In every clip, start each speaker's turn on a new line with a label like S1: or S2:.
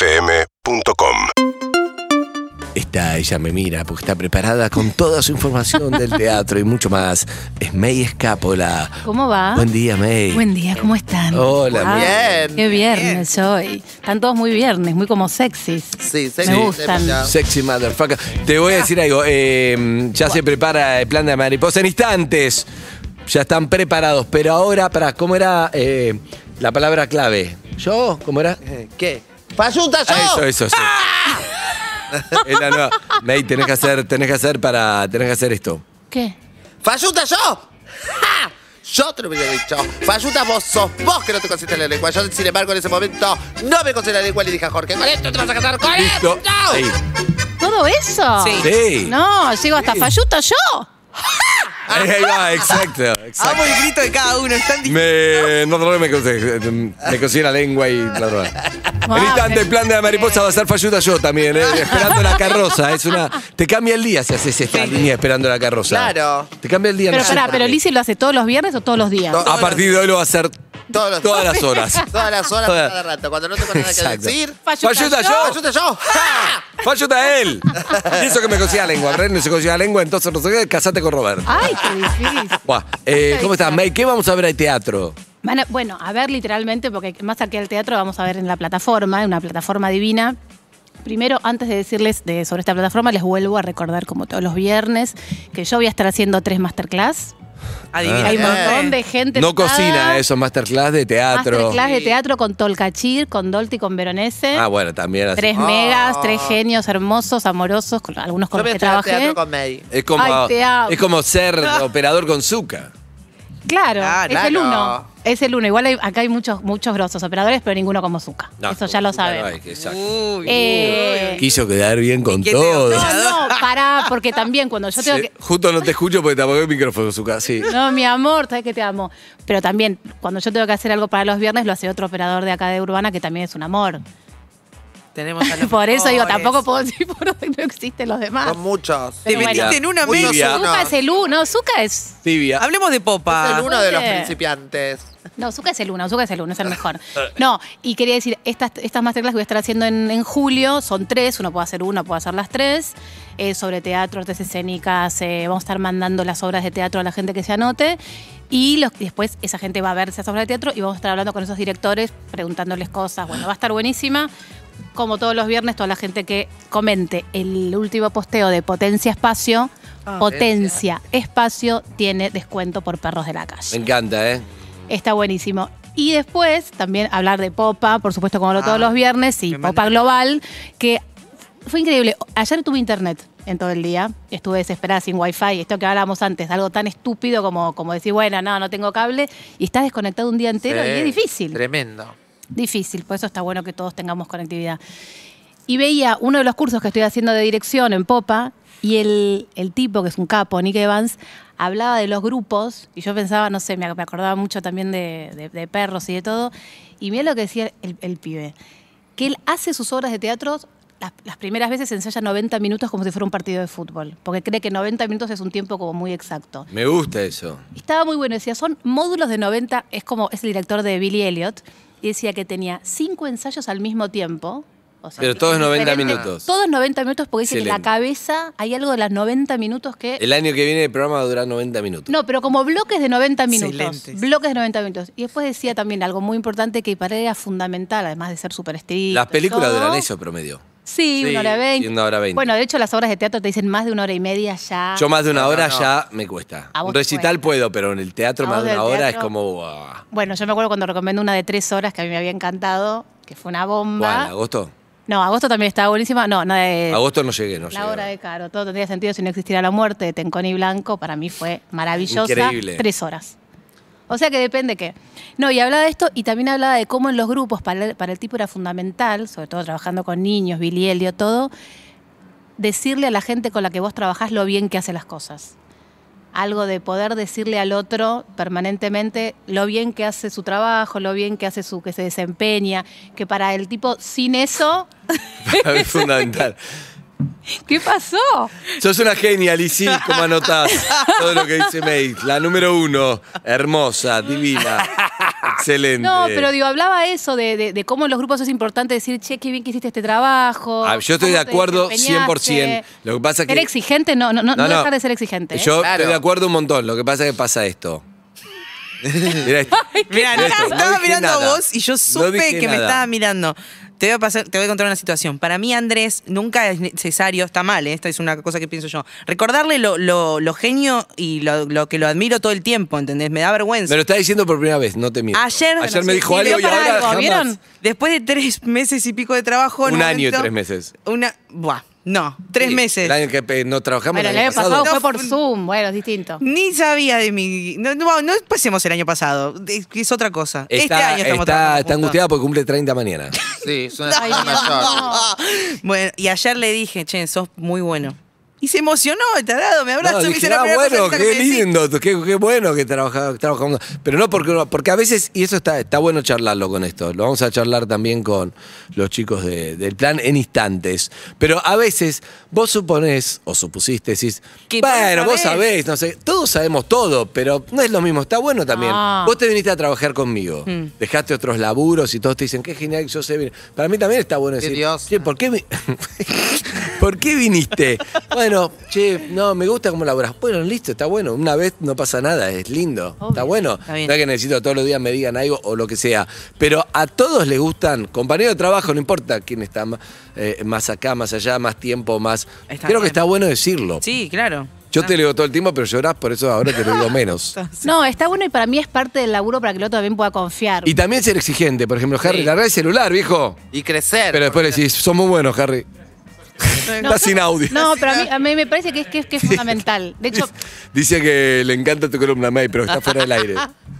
S1: UrbanaPlayFM.com
S2: Está, ella me mira porque está preparada con toda su información del teatro y mucho más. Es May Escapola.
S3: ¿Cómo va?
S2: Ah. Buen día, May.
S3: Buen día, ¿cómo están?
S2: Hola,
S3: Ah,
S4: Bien.
S3: Qué viernes hoy. Están todos muy viernes, muy como sexys.
S4: Sí, sí,
S3: Me
S4: sí,
S3: gustan.
S4: sí, ya.
S2: Sexy motherfucker. Te voy a decir algo. eh, ya se prepara el plan de mariposa en instantes. Ya están preparados. Pero ahora, para, ¿cómo era eh, la palabra clave? ¿Yo? ¿Cómo era?
S4: Eh, ¿Qué? ¡Payuta yo!
S2: Ah, Eso, eso, sí. Es la nueva. May, tenés que hacer, tenés que hacer para. Tenés que hacer esto.
S3: ¿Qué?
S4: ¡Falluta yo! ¡Ja! Yo te lo hubiera dicho. Falluta vos sos vos que no te consiste la lengua. Yo, sin embargo, en ese momento no me consiste la lengua. Le dije a Jorge, con esto te vas a casar con
S2: Listo.
S4: esto.
S2: Ahí.
S3: ¿Todo eso?
S5: Sí.
S2: Sí.
S3: No, llego hasta Falluta yo.
S2: Ahí va, exacto. exacto.
S5: Amo el grito de cada uno, es tan difícil.
S2: Me, no, no, me, cose- me cocí la lengua y la verdad.
S3: Wow,
S2: El instante, el plan de la
S3: qué
S2: mariposa va a ser falluta yo también, ¿eh? esperando la carroza. Es una, te cambia el día si haces esta línea esperando la carroza.
S4: Claro.
S2: Te cambia el día.
S3: Pero
S2: no sé
S3: pará,
S2: por
S3: ¿pero
S2: qué.
S3: Lizzie lo hace todos los viernes o todos los días?
S4: No.
S2: A partir de hoy lo va a hacer
S4: Todos los-
S2: todas las horas.
S4: Todas las horas,
S2: Todas.
S4: cada rato. Cuando no te nada que
S2: Exacto.
S4: decir.
S3: Falluta
S2: Falluta
S3: yo.
S2: yo.
S4: ¡Falluta yo! ¡Ja!
S2: Falluta a él. Y eso que me cosía la lengua. Ren no se cosía la lengua, entonces no sé qué, casate con Robert.
S3: Ay, qué difícil.
S2: Buah, eh, ¿Cómo estás, May? ¿Qué vamos a ver al teatro?
S3: Van a- bueno, a ver literalmente, porque más aquí del teatro vamos a ver en la plataforma, en una plataforma divina. Primero, antes de decirles de- sobre esta plataforma, les vuelvo a recordar, como todos los viernes, que yo voy a estar haciendo tres masterclass.
S5: Adivina.
S3: Hay un
S5: Eh.
S3: montón de gente.
S2: Ah, No
S3: sentada.
S2: cocina eso, masterclass de teatro.
S3: Masterclass de teatro con Tolcachir, con Dolti, con Veronese.
S2: Ah, bueno, también así.
S3: ¿Eh? tres megas, tres genios hermosos, amorosos, con, algunos con los
S4: Yo voy a
S3: que
S4: entrar al
S3: trabajé.
S4: teatro con May.
S2: Es como,
S3: Ay, te amo.
S2: es como ser operador con Zucca.
S3: Claro,
S5: Ah,
S3: es el
S4: claro.
S3: uno. Es el uno. Igual hay- acá hay muchos, muchos grosos operadores, pero ninguno como Zuka.
S2: No,
S3: Eso ya lo
S2: Zucca no
S3: sabemos.
S2: hay, exacto.
S5: Uy.
S3: Eh,
S2: Quiso quedar bien con
S5: ¿Qué te-
S2: todo.
S3: no, no, pará, porque también cuando yo tengo
S2: Sí,
S3: que.
S2: Justo no te escucho porque te apagué el micrófono, Zucca. Sí.
S3: No, mi amor, sabes que te amo. Pero también, cuando yo tengo que hacer algo para los viernes, lo hace otro operador de acá de Urbana que también es un amor.
S5: Tenemos a los
S3: Por eso digo,
S5: mejores.
S3: tampoco puedo decir por que no existen los demás.
S4: Con muchos.
S5: Te
S3: Pero bueno.
S5: metiste en una
S4: Muy
S5: mesa.
S2: bien.
S3: Zuka es el uno, no, Zuka es.
S2: Tibia.
S5: Hablemos de
S4: Es
S3: Ah.
S5: popa.
S4: el uno de los
S3: Jorge.
S4: principiantes.
S3: No, Zuka es el uno, Zuka es el uno, es el mejor. No, y quería decir, estas, estas masterclass que voy a estar haciendo en, en julio son tres, uno puede hacer una, puede hacer las tres, eh, sobre teatro, artes escénicas, eh, vamos a estar mandando las obras de teatro a la gente que se anote. Y los, después esa gente va a ver esas obras de teatro y vamos a estar hablando con esos directores, preguntándoles cosas. Bueno, va a estar buenísima. Como todos los viernes, toda la gente que comente el último posteo de Potencia Espacio, Potencia Espacio tiene descuento por perros de la calle.
S2: Me encanta, ¿eh?
S3: Está buenísimo. Y después también hablar de Popa, por supuesto, como lo todos los viernes, y
S5: qué
S3: Popa Global, que fue increíble. Ayer tuve internet en todo el día, estuve desesperada sin wifi, esto que hablábamos antes, algo tan estúpido como, como decir, bueno, no, no tengo cable, y estás desconectado un día entero y es
S4: Sí,
S3: difícil.
S4: Tremendo.
S3: Difícil, por eso está bueno que todos tengamos conectividad. Y veía uno de los cursos que estoy haciendo de dirección en Popa y el, el tipo, que es un capo, Nick Evans, hablaba de los grupos y yo pensaba, no sé, me ac- me acordaba mucho también de, de- de perros y de todo. Y mira lo que decía el, el pibe, que él hace sus obras de teatro, las, las primeras veces ensaya 90 minutos como si fuera un partido de fútbol, porque cree que 90 minutos es un tiempo como muy exacto.
S2: Me gusta eso.
S3: Y Estaba muy bueno, decía, son módulos de 90, es como es el director de Billy Elliot, y decía que tenía cinco ensayos al mismo tiempo. o sea,
S2: Pero todos 90
S3: diferentes-
S2: minutos.
S3: Todos 90 minutos porque dice que la
S2: Excelente.
S3: cabeza, hay algo de las 90 minutos que...
S2: El año que viene el programa va a durar 90 minutos.
S3: No, pero como bloques de 90 minutos.
S5: Excelente.
S3: Bloques de 90 minutos. Y después decía también algo muy importante que para él era fundamental, además de ser súper estricto.
S2: Las
S3: y
S2: películas
S3: todo.
S2: duran eso promedio.
S3: Sí, una hora veinte.
S2: y una hora veinte.
S3: Bueno, de hecho las obras de teatro te dicen más de una hora y media ya.
S2: Yo más de una
S4: No, no,
S2: hora
S4: no.
S2: ya me cuesta.
S3: Ah. A vos
S2: Un
S3: te
S2: recital
S3: cuesta.
S2: puedo, pero en el teatro
S3: A
S2: más
S3: vos
S2: de una
S3: del
S2: hora es
S3: teatro-
S2: como. buah.
S3: Bueno, yo me acuerdo cuando recomendé una de tres horas que a mí me había encantado, que fue una
S2: Buah,
S3: bomba.
S2: ¿en agosto?
S3: No, agosto también estaba buenísima. No, no de.
S2: Agosto no llegué, no
S3: La
S2: llegué.
S3: hora de Caro. Todo tendría sentido si no existiera la muerte de Tenconi Blanco. Para mí fue maravillosa.
S2: Increíble.
S3: Tres horas. O sea que depende qué. No, y hablaba de esto y también hablaba de cómo en los grupos, para el, para el tipo era fundamental, sobre todo trabajando con niños, Billy Elliot, todo, decirle a la gente con la que vos trabajás lo bien que hace las cosas. Algo de poder decirle al otro permanentemente lo bien que hace su trabajo, lo bien que hace su que se desempeña, que para el tipo sin eso,
S2: es fundamental.
S3: ¿qué pasó?
S2: Sos una genia, Lizzy, como anotás todo lo que dice May. La número uno, hermosa, divina. Excelente.
S3: No, pero digo, hablaba eso de, de- de cómo en los grupos es importante decir, che, qué bien que hiciste este trabajo.
S2: Ah, yo estoy de
S3: cómo te
S2: acuerdo
S3: desempeñaste".
S2: 100%. Lo que pasa es que-
S3: Ser exigente, no, no, no,
S2: No,
S3: no
S2: no.
S3: dejar de ser exigente. ¿eh?
S2: Yo
S4: Claro.
S2: estoy de acuerdo un montón. Lo que pasa es que pasa esto. Mirá esto.
S5: Mira,
S2: Esto, no
S5: estaba
S2: dije
S5: mirando
S2: nada.
S5: a vos y yo
S2: No
S5: supe
S2: dije
S5: que me
S2: nada.
S5: estaba mirando. Te voy, a pasar, te voy a contar una situación. Para mí, Andrés, nunca es necesario, está mal, ¿eh? esta es una cosa que pienso yo. Recordarle lo, lo- lo genio y lo, lo que lo admiro todo el tiempo, ¿entendés? Me da vergüenza.
S2: Me lo está diciendo por primera vez, no te miento.
S5: Ayer,
S2: Ayer
S5: bueno,
S2: me
S5: sí,
S2: dijo
S5: sí,
S2: algo
S5: dio
S2: y
S5: para
S2: ahora
S5: algo,
S2: jamás.
S3: ¿vieron?
S5: Después de tres meses y pico de trabajo. en
S2: Un año y
S5: momento-
S2: tres meses.
S5: Una. Buah, no, tres
S2: Sí,
S5: meses.
S2: El año que eh, no trabajamos.
S3: bueno, el año pasado,
S5: No,
S3: fue por
S5: fue-
S3: Zoom, bueno, es distinto.
S5: Ni sabía de mi. No, no, no pasemos el año pasado. Es, es otra cosa. este
S2: Está,
S5: año estamos
S2: está, está
S5: trabajando juntos.
S2: angustiada porque cumple 30 mañana.
S4: Sí, es una
S3: Ay,
S4: señora mayor.
S3: no.
S5: Bueno, y ayer le dije, che, sos muy bueno. Y se emocionó, el tarado, me abrazó.
S2: No,
S5: me
S2: dije,
S5: hizo la
S2: ah,
S5: primera
S2: bueno,
S5: cosa que
S2: qué
S5: me decís.
S2: lindo, qué, qué bueno que trabaja- trabajamos. Pero no porque, porque a veces, y eso está, está bueno charlarlo con esto, lo vamos a charlar también con los chicos de- del plan en instantes. Pero a veces vos suponés, o supusiste, decís,
S5: Que
S2: bueno, vos
S5: vos sabés".
S2: sabés, no sé, todos sabemos todo, pero no es lo mismo, está bueno también.
S5: Ah.
S3: No.
S2: Vos te viniste a trabajar conmigo,
S5: Mm.
S2: dejaste otros laburos y todos te dicen, qué genial que yo sé bien. Para mí también está bueno
S4: Qué
S2: decir,
S4: Dios.
S2: "Che, ¿por qué vi- ¿Por qué viniste? Bueno, che, no, me gusta cómo laburás. Bueno, listo, está bueno. Una vez no pasa nada, es lindo.
S3: Obvio.
S2: Está bueno.
S5: Está bien.
S2: No es que necesito todos los días me digan algo o lo que sea. Pero a todos les gustan, compañero de trabajo, no importa quién está ma- eh, más acá, más allá, más tiempo, más.
S5: Está
S2: Creo
S5: bien.
S2: que está bueno decirlo.
S5: Sí, claro.
S2: Yo te lo digo todo el tiempo, pero llorás, por eso ahora te lo digo menos.
S3: No, está bueno y para mí es parte del laburo para que el otro también pueda confiar.
S2: Y también ser exigente. Por ejemplo, Harry, larga el celular, viejo.
S4: Y crecer.
S2: Pero después le decís, son muy buenos, Harry. Estás sin audio.
S3: No, pero a mí, a mí me parece que es, que es, que es fundamental. De hecho,
S2: Dice que le encanta tu columna, May, pero está fuera del aire.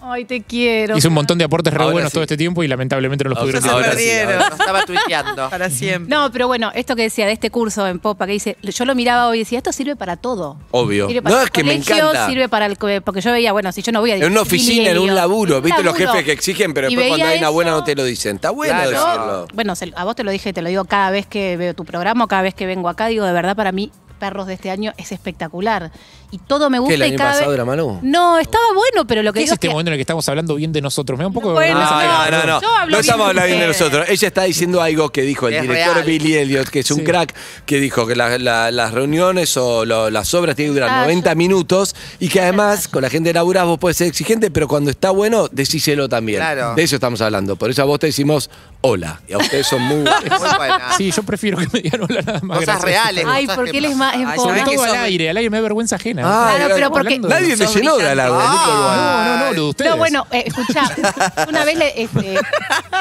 S3: ay, te quiero.
S6: Hizo un montón de aportes re
S2: Ahora
S6: buenos
S2: sí. Ah,
S6: todo este tiempo y lamentablemente no los
S2: Ahora
S6: pudieron
S5: Se
S2: sí.
S6: hacer.
S5: perdieron.
S4: Lo estaba tuiteando.
S5: Para siempre.
S3: No, pero bueno, esto que decía de este curso en Popa, que dice, yo lo miraba hoy y decía, esto sirve para todo.
S2: Obvio.
S3: Sirve para
S2: No,
S3: el
S2: es que me
S3: colegio,
S2: encanta.
S3: Sirve para el... co- Porque yo veía, bueno, si yo no voy a...
S2: En una oficina, en un laburo. ¿Viste los jefes que exigen, pero después cuando hay una buena no te lo dicen? Está bueno
S4: Claro.
S2: decirlo.
S3: Bueno, se- a vos te lo dije, te lo digo cada vez que veo tu programa, cada vez que vengo acá, digo, de verdad, para mí, Perros de este año es espectacular. Y todo me gusta
S2: el
S3: y
S2: año
S3: cada
S2: pasado
S3: vez-
S2: era Manu?
S3: No, estaba bueno, pero lo que
S6: ¿Qué es
S3: digo es
S6: este
S3: que...
S6: momento en el que estamos hablando bien de nosotros? Me da un poco de
S3: Bueno,
S6: vergüenza.
S3: no,
S2: Ah, No, no, no.
S3: yo hablo
S2: No estamos
S3: bien
S2: hablando bien de
S3: de ustedes.
S2: nosotros. Ella está diciendo algo que dijo el
S4: Es
S2: director
S4: real.
S2: Billy Elliot, que es un
S6: Sí.
S2: crack, que dijo que la- la- las reuniones o lo- las obras tienen que durar
S3: Ensayo.
S2: 90 minutos y que además con la gente de laburás vos podés ser exigente, pero cuando está bueno, decíselo también.
S4: Claro.
S2: De eso estamos hablando. Por eso a vos te decimos hola. Y a ustedes son muy buenos.
S4: Muy buena.
S6: Sí, yo prefiero que me digan hola nada más.
S4: Cosas
S6: gracias.
S4: reales.
S3: Ay,
S4: cosas
S3: porque
S4: que
S3: él es más...
S4: pasan.
S3: es
S5: Ay,
S3: pobre.
S6: Ay,
S5: que
S6: Todo al
S5: sos-
S6: aire, al aire me da vergüenza ajena.
S2: Ah,
S3: Claro, pero porque-
S6: Hablando de-
S2: Nadie le
S5: Sos
S2: llenó de
S5: brillante.
S2: halago.
S6: No, no, no, lo de ustedes.
S3: No, bueno, eh, escuchá, una vez le, este,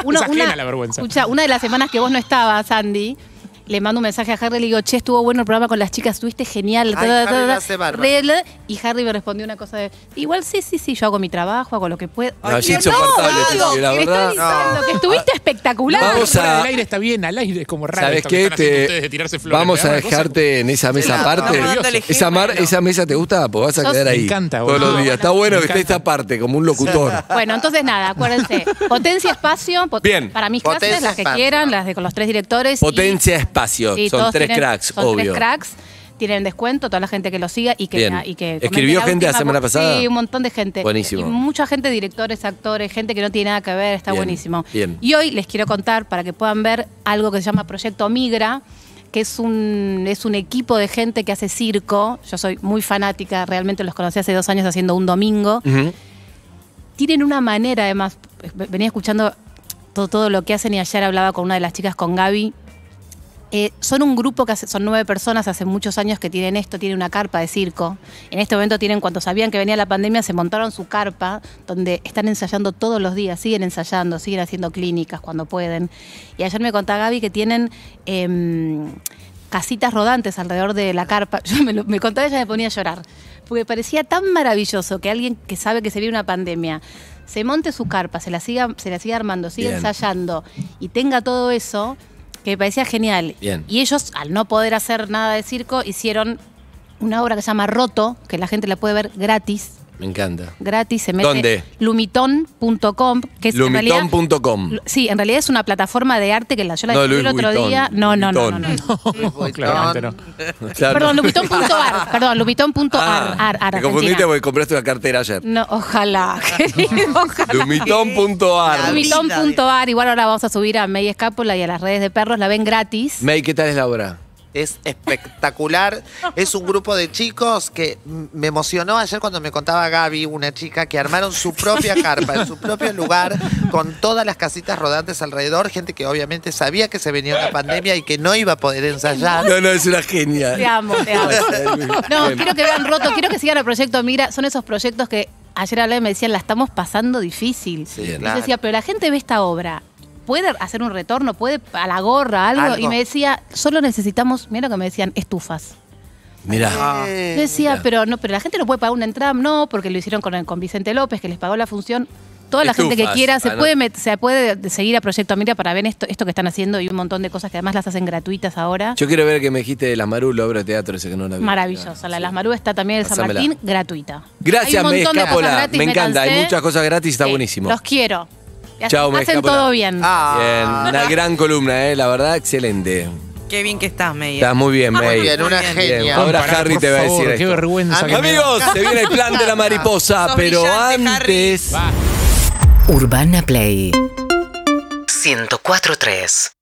S3: uno-
S6: Es ajena
S3: una,
S6: la vergüenza.
S3: escuchá, una de las semanas que vos no estabas, Andy, le mando un mensaje a Harry y le digo, che, estuvo bueno el programa con las chicas, estuviste genial. ta,
S4: Ay,
S3: ta,
S4: Harry
S3: ta,
S4: lo
S3: ta".
S4: hace bárbaro.
S3: Re- la- y Harry me respondió una cosa de, igual sí, sí, sí, yo hago mi trabajo, hago lo que puedo.
S2: No, es
S5: qué
S2: insoportable,
S5: boludo,
S2: chico, y la
S3: Te
S2: verdad. Ah,
S3: estoy diciendo que estuviste espectacular.
S2: Vamos
S6: Fuera
S2: a-
S6: del aire está bien, al aire es como raro.
S2: ¿Sabes
S6: esto que
S2: qué?
S6: están haciendo
S2: Te-
S6: ustedes de tirarse flores.
S2: vamos
S6: Me da
S2: a
S6: una cosa
S2: dejarte en esa mesa
S4: Claro,
S2: aparte.
S5: estamos dándole
S2: Esa, mar-
S5: ejemplo.
S2: esa mesa te gusta porque vas a
S3: Sos-
S2: quedar
S3: Me
S2: ahí
S6: encanta,
S2: todos
S6: boludo.
S2: los días. Está
S3: Me
S2: bueno que esté
S6: encanta.
S2: esta parte como un locutor.
S3: Bueno, entonces nada, acuérdense. Potencia espacio pot-
S2: Bien.
S3: para mis
S4: Potencia
S3: clases, las que
S4: espacio.
S3: quieran, las de con los tres directores. y-
S2: Potencia espacio.
S3: Sí,
S2: son
S3: todos
S2: tres
S3: tienen-
S2: cracks,
S3: son
S2: obvio.
S3: tres cracks. Tienen descuento, toda la gente que lo siga y que.
S2: Bien.
S3: y que comente
S2: ¿Escribió
S3: la
S2: gente la
S3: última,
S2: semana pasada?
S3: Sí, un montón de gente.
S2: Buenísimo.
S3: Y mucha gente, directores, actores, gente que no tiene nada que ver, está
S2: Bien,
S3: buenísimo.
S2: bien.
S3: Y hoy les quiero contar, para que puedan ver, algo que se llama Proyecto Migra, que es un, es un equipo de gente que hace circo. Yo soy muy fanática, realmente los conocí hace dos años haciendo un domingo
S2: Ujú.
S3: tienen una manera, además, venía escuchando todo, todo lo que hacen y ayer hablaba con una de las chicas, con Gaby. Eh, son un grupo que hace- son nueve personas, hace muchos años que tienen esto, tienen una carpa de circo. En este momento tienen, cuando sabían que venía la pandemia, se montaron su carpa, donde están ensayando todos los días, siguen ensayando, siguen haciendo clínicas cuando pueden. Y ayer me contaba Gaby que tienen em, casitas rodantes alrededor de la carpa. Yo me, lo- me contaba y ella me ponía a llorar, porque parecía tan maravilloso que alguien que sabe que se viene una pandemia se monte su carpa, se la siga, se la siga armando, siga
S2: Bien.
S3: ensayando y tenga todo eso, que me parecía genial.
S2: Bien.
S3: Y ellos, al no poder hacer nada de circo, hicieron una obra que se llama Roto, que la gente la puede ver gratis
S2: Me encanta.
S3: gratis, se mete
S2: ¿Dónde?
S3: lumiton.com, que es en realidad-
S2: Lumiton.com.
S3: Lu- Sí, en realidad es una plataforma de arte que la, yo la
S2: No,
S3: descubrí el
S2: Louis
S3: otro
S2: Vuitton.
S3: día. No, no, no, no, no.
S4: Vuitton.
S6: claramente no.
S2: Claro.
S3: Perdón, lumiton.ar, perdón,
S2: Ah,
S3: lumiton.ar, ar, ar,
S2: Te
S3: Argentina.
S2: confundiste porque compraste una cartera ayer.
S3: No, ojalá, querido, ojalá.
S2: Lumiton.ar.
S5: Lumiton.
S3: Lumiton.ar, igual ahora vamos a subir a May Escápula y a las redes de perros, la ven gratis.
S2: May, ¿qué tal es la obra?
S4: Es espectacular. Es un grupo de chicos que mm, me emocionó ayer cuando me contaba Gaby, una chica, que armaron su propia carpa en su propio lugar, con todas las casitas rodantes alrededor, gente que obviamente sabía que se venía una pandemia y que no iba a poder ensayar.
S2: No, no, es una genia.
S3: Te amo, te amo. No, quiero que vean roto, quiero que sigan el proyecto Mira. Son esos proyectos que ayer hablé y me decían, la estamos pasando difícil.
S4: Sí,
S3: Y
S4: claro.
S3: yo decía, pero la gente ve esta obra. ¿Puede hacer un retorno? ¿Puede a la gorra algo?
S4: Algo.
S3: Y me decía, solo necesitamos, mira lo que me decían, estufas.
S2: Mirá.
S4: Ah.
S3: Yo decía, pero no, pero la gente no puede pagar una entrada, no, porque lo hicieron con, con Vicente López, que les pagó la función. Toda la gente que
S2: Estufas,
S3: quiera se
S2: ah, no.
S3: puede, met- se puede seguir a Proyecto Mira para ver esto, esto que están haciendo y un montón de cosas que además las hacen gratuitas ahora.
S2: Yo quiero ver que me dijiste de Las Marú, la obra de teatro, ese que no la vi.
S3: Maravillosa. La de las Marú está también en San
S2: Pásamela.
S3: Martín, gratuita.
S2: Gracias,
S3: Hay un
S2: me
S3: montón de cosas
S2: escapola.
S3: gratis,
S2: Me encanta. Hay
S3: cansé.
S2: muchas cosas gratis, está
S3: Sí,
S2: buenísimo.
S3: Los quiero. Y
S2: Chao,
S3: hacen-
S2: me
S3: Hacen
S2: escapola.
S3: todo bien.
S2: Bien,
S4: Ah,
S2: una gran columna, eh, la verdad, excelente.
S5: Qué bien que estás, May.
S2: Estás muy bien, May.
S4: muy bien, una
S5: Bien.
S2: Bien,
S4: genia.
S2: Ahora
S6: Pará,
S2: Harry
S6: por
S2: te va a
S6: favor,
S2: decir
S6: Qué
S2: esto.
S6: vergüenza. que me da.
S2: Amigos, se viene el plan de la mariposa,
S5: Sos
S2: pero
S5: brillante, Harry.
S2: antes...
S7: Urbana Play 104.3